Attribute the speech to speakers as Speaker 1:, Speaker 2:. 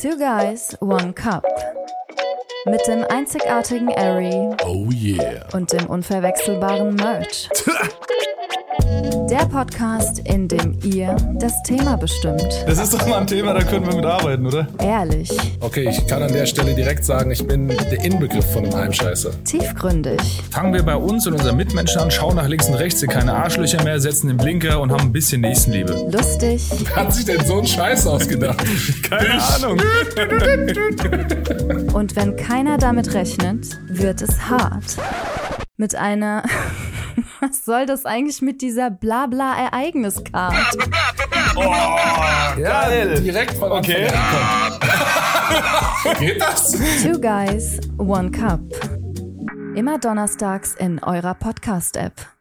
Speaker 1: Two Guys, One Cup. Mit dem einzigartigen Ari
Speaker 2: Oh yeah.
Speaker 1: und dem unverwechselbaren Merch. Der Podcast, in dem ihr das Thema bestimmt.
Speaker 3: Das ist doch mal ein Thema, da können wir mit arbeiten, oder?
Speaker 1: Ehrlich,
Speaker 2: Okay, ich kann an der Stelle direkt sagen, ich bin der Inbegriff von Heimscheiße.
Speaker 1: tiefgründig,
Speaker 3: Fangen wir bei uns und unseren Mitmenschen an, schauen nach links und rechts, sind keine Arschlöcher mehr, setzen den Blinker und haben ein bisschen Nächstenliebe.
Speaker 1: lustig,
Speaker 2: Wer hat sich denn so ein Scheiß ausgedacht?
Speaker 3: Keine Ahnung.
Speaker 1: Und wenn keiner damit rechnet, wird es hart. Mit einer. Was soll das eigentlich mit dieser Blabla-Ereigniskarte?
Speaker 2: Ja, direkt von
Speaker 3: Okay.
Speaker 2: Anfang an. Geht das?
Speaker 1: Two Guys, One Cup. Immer donnerstags in eurer Podcast-App.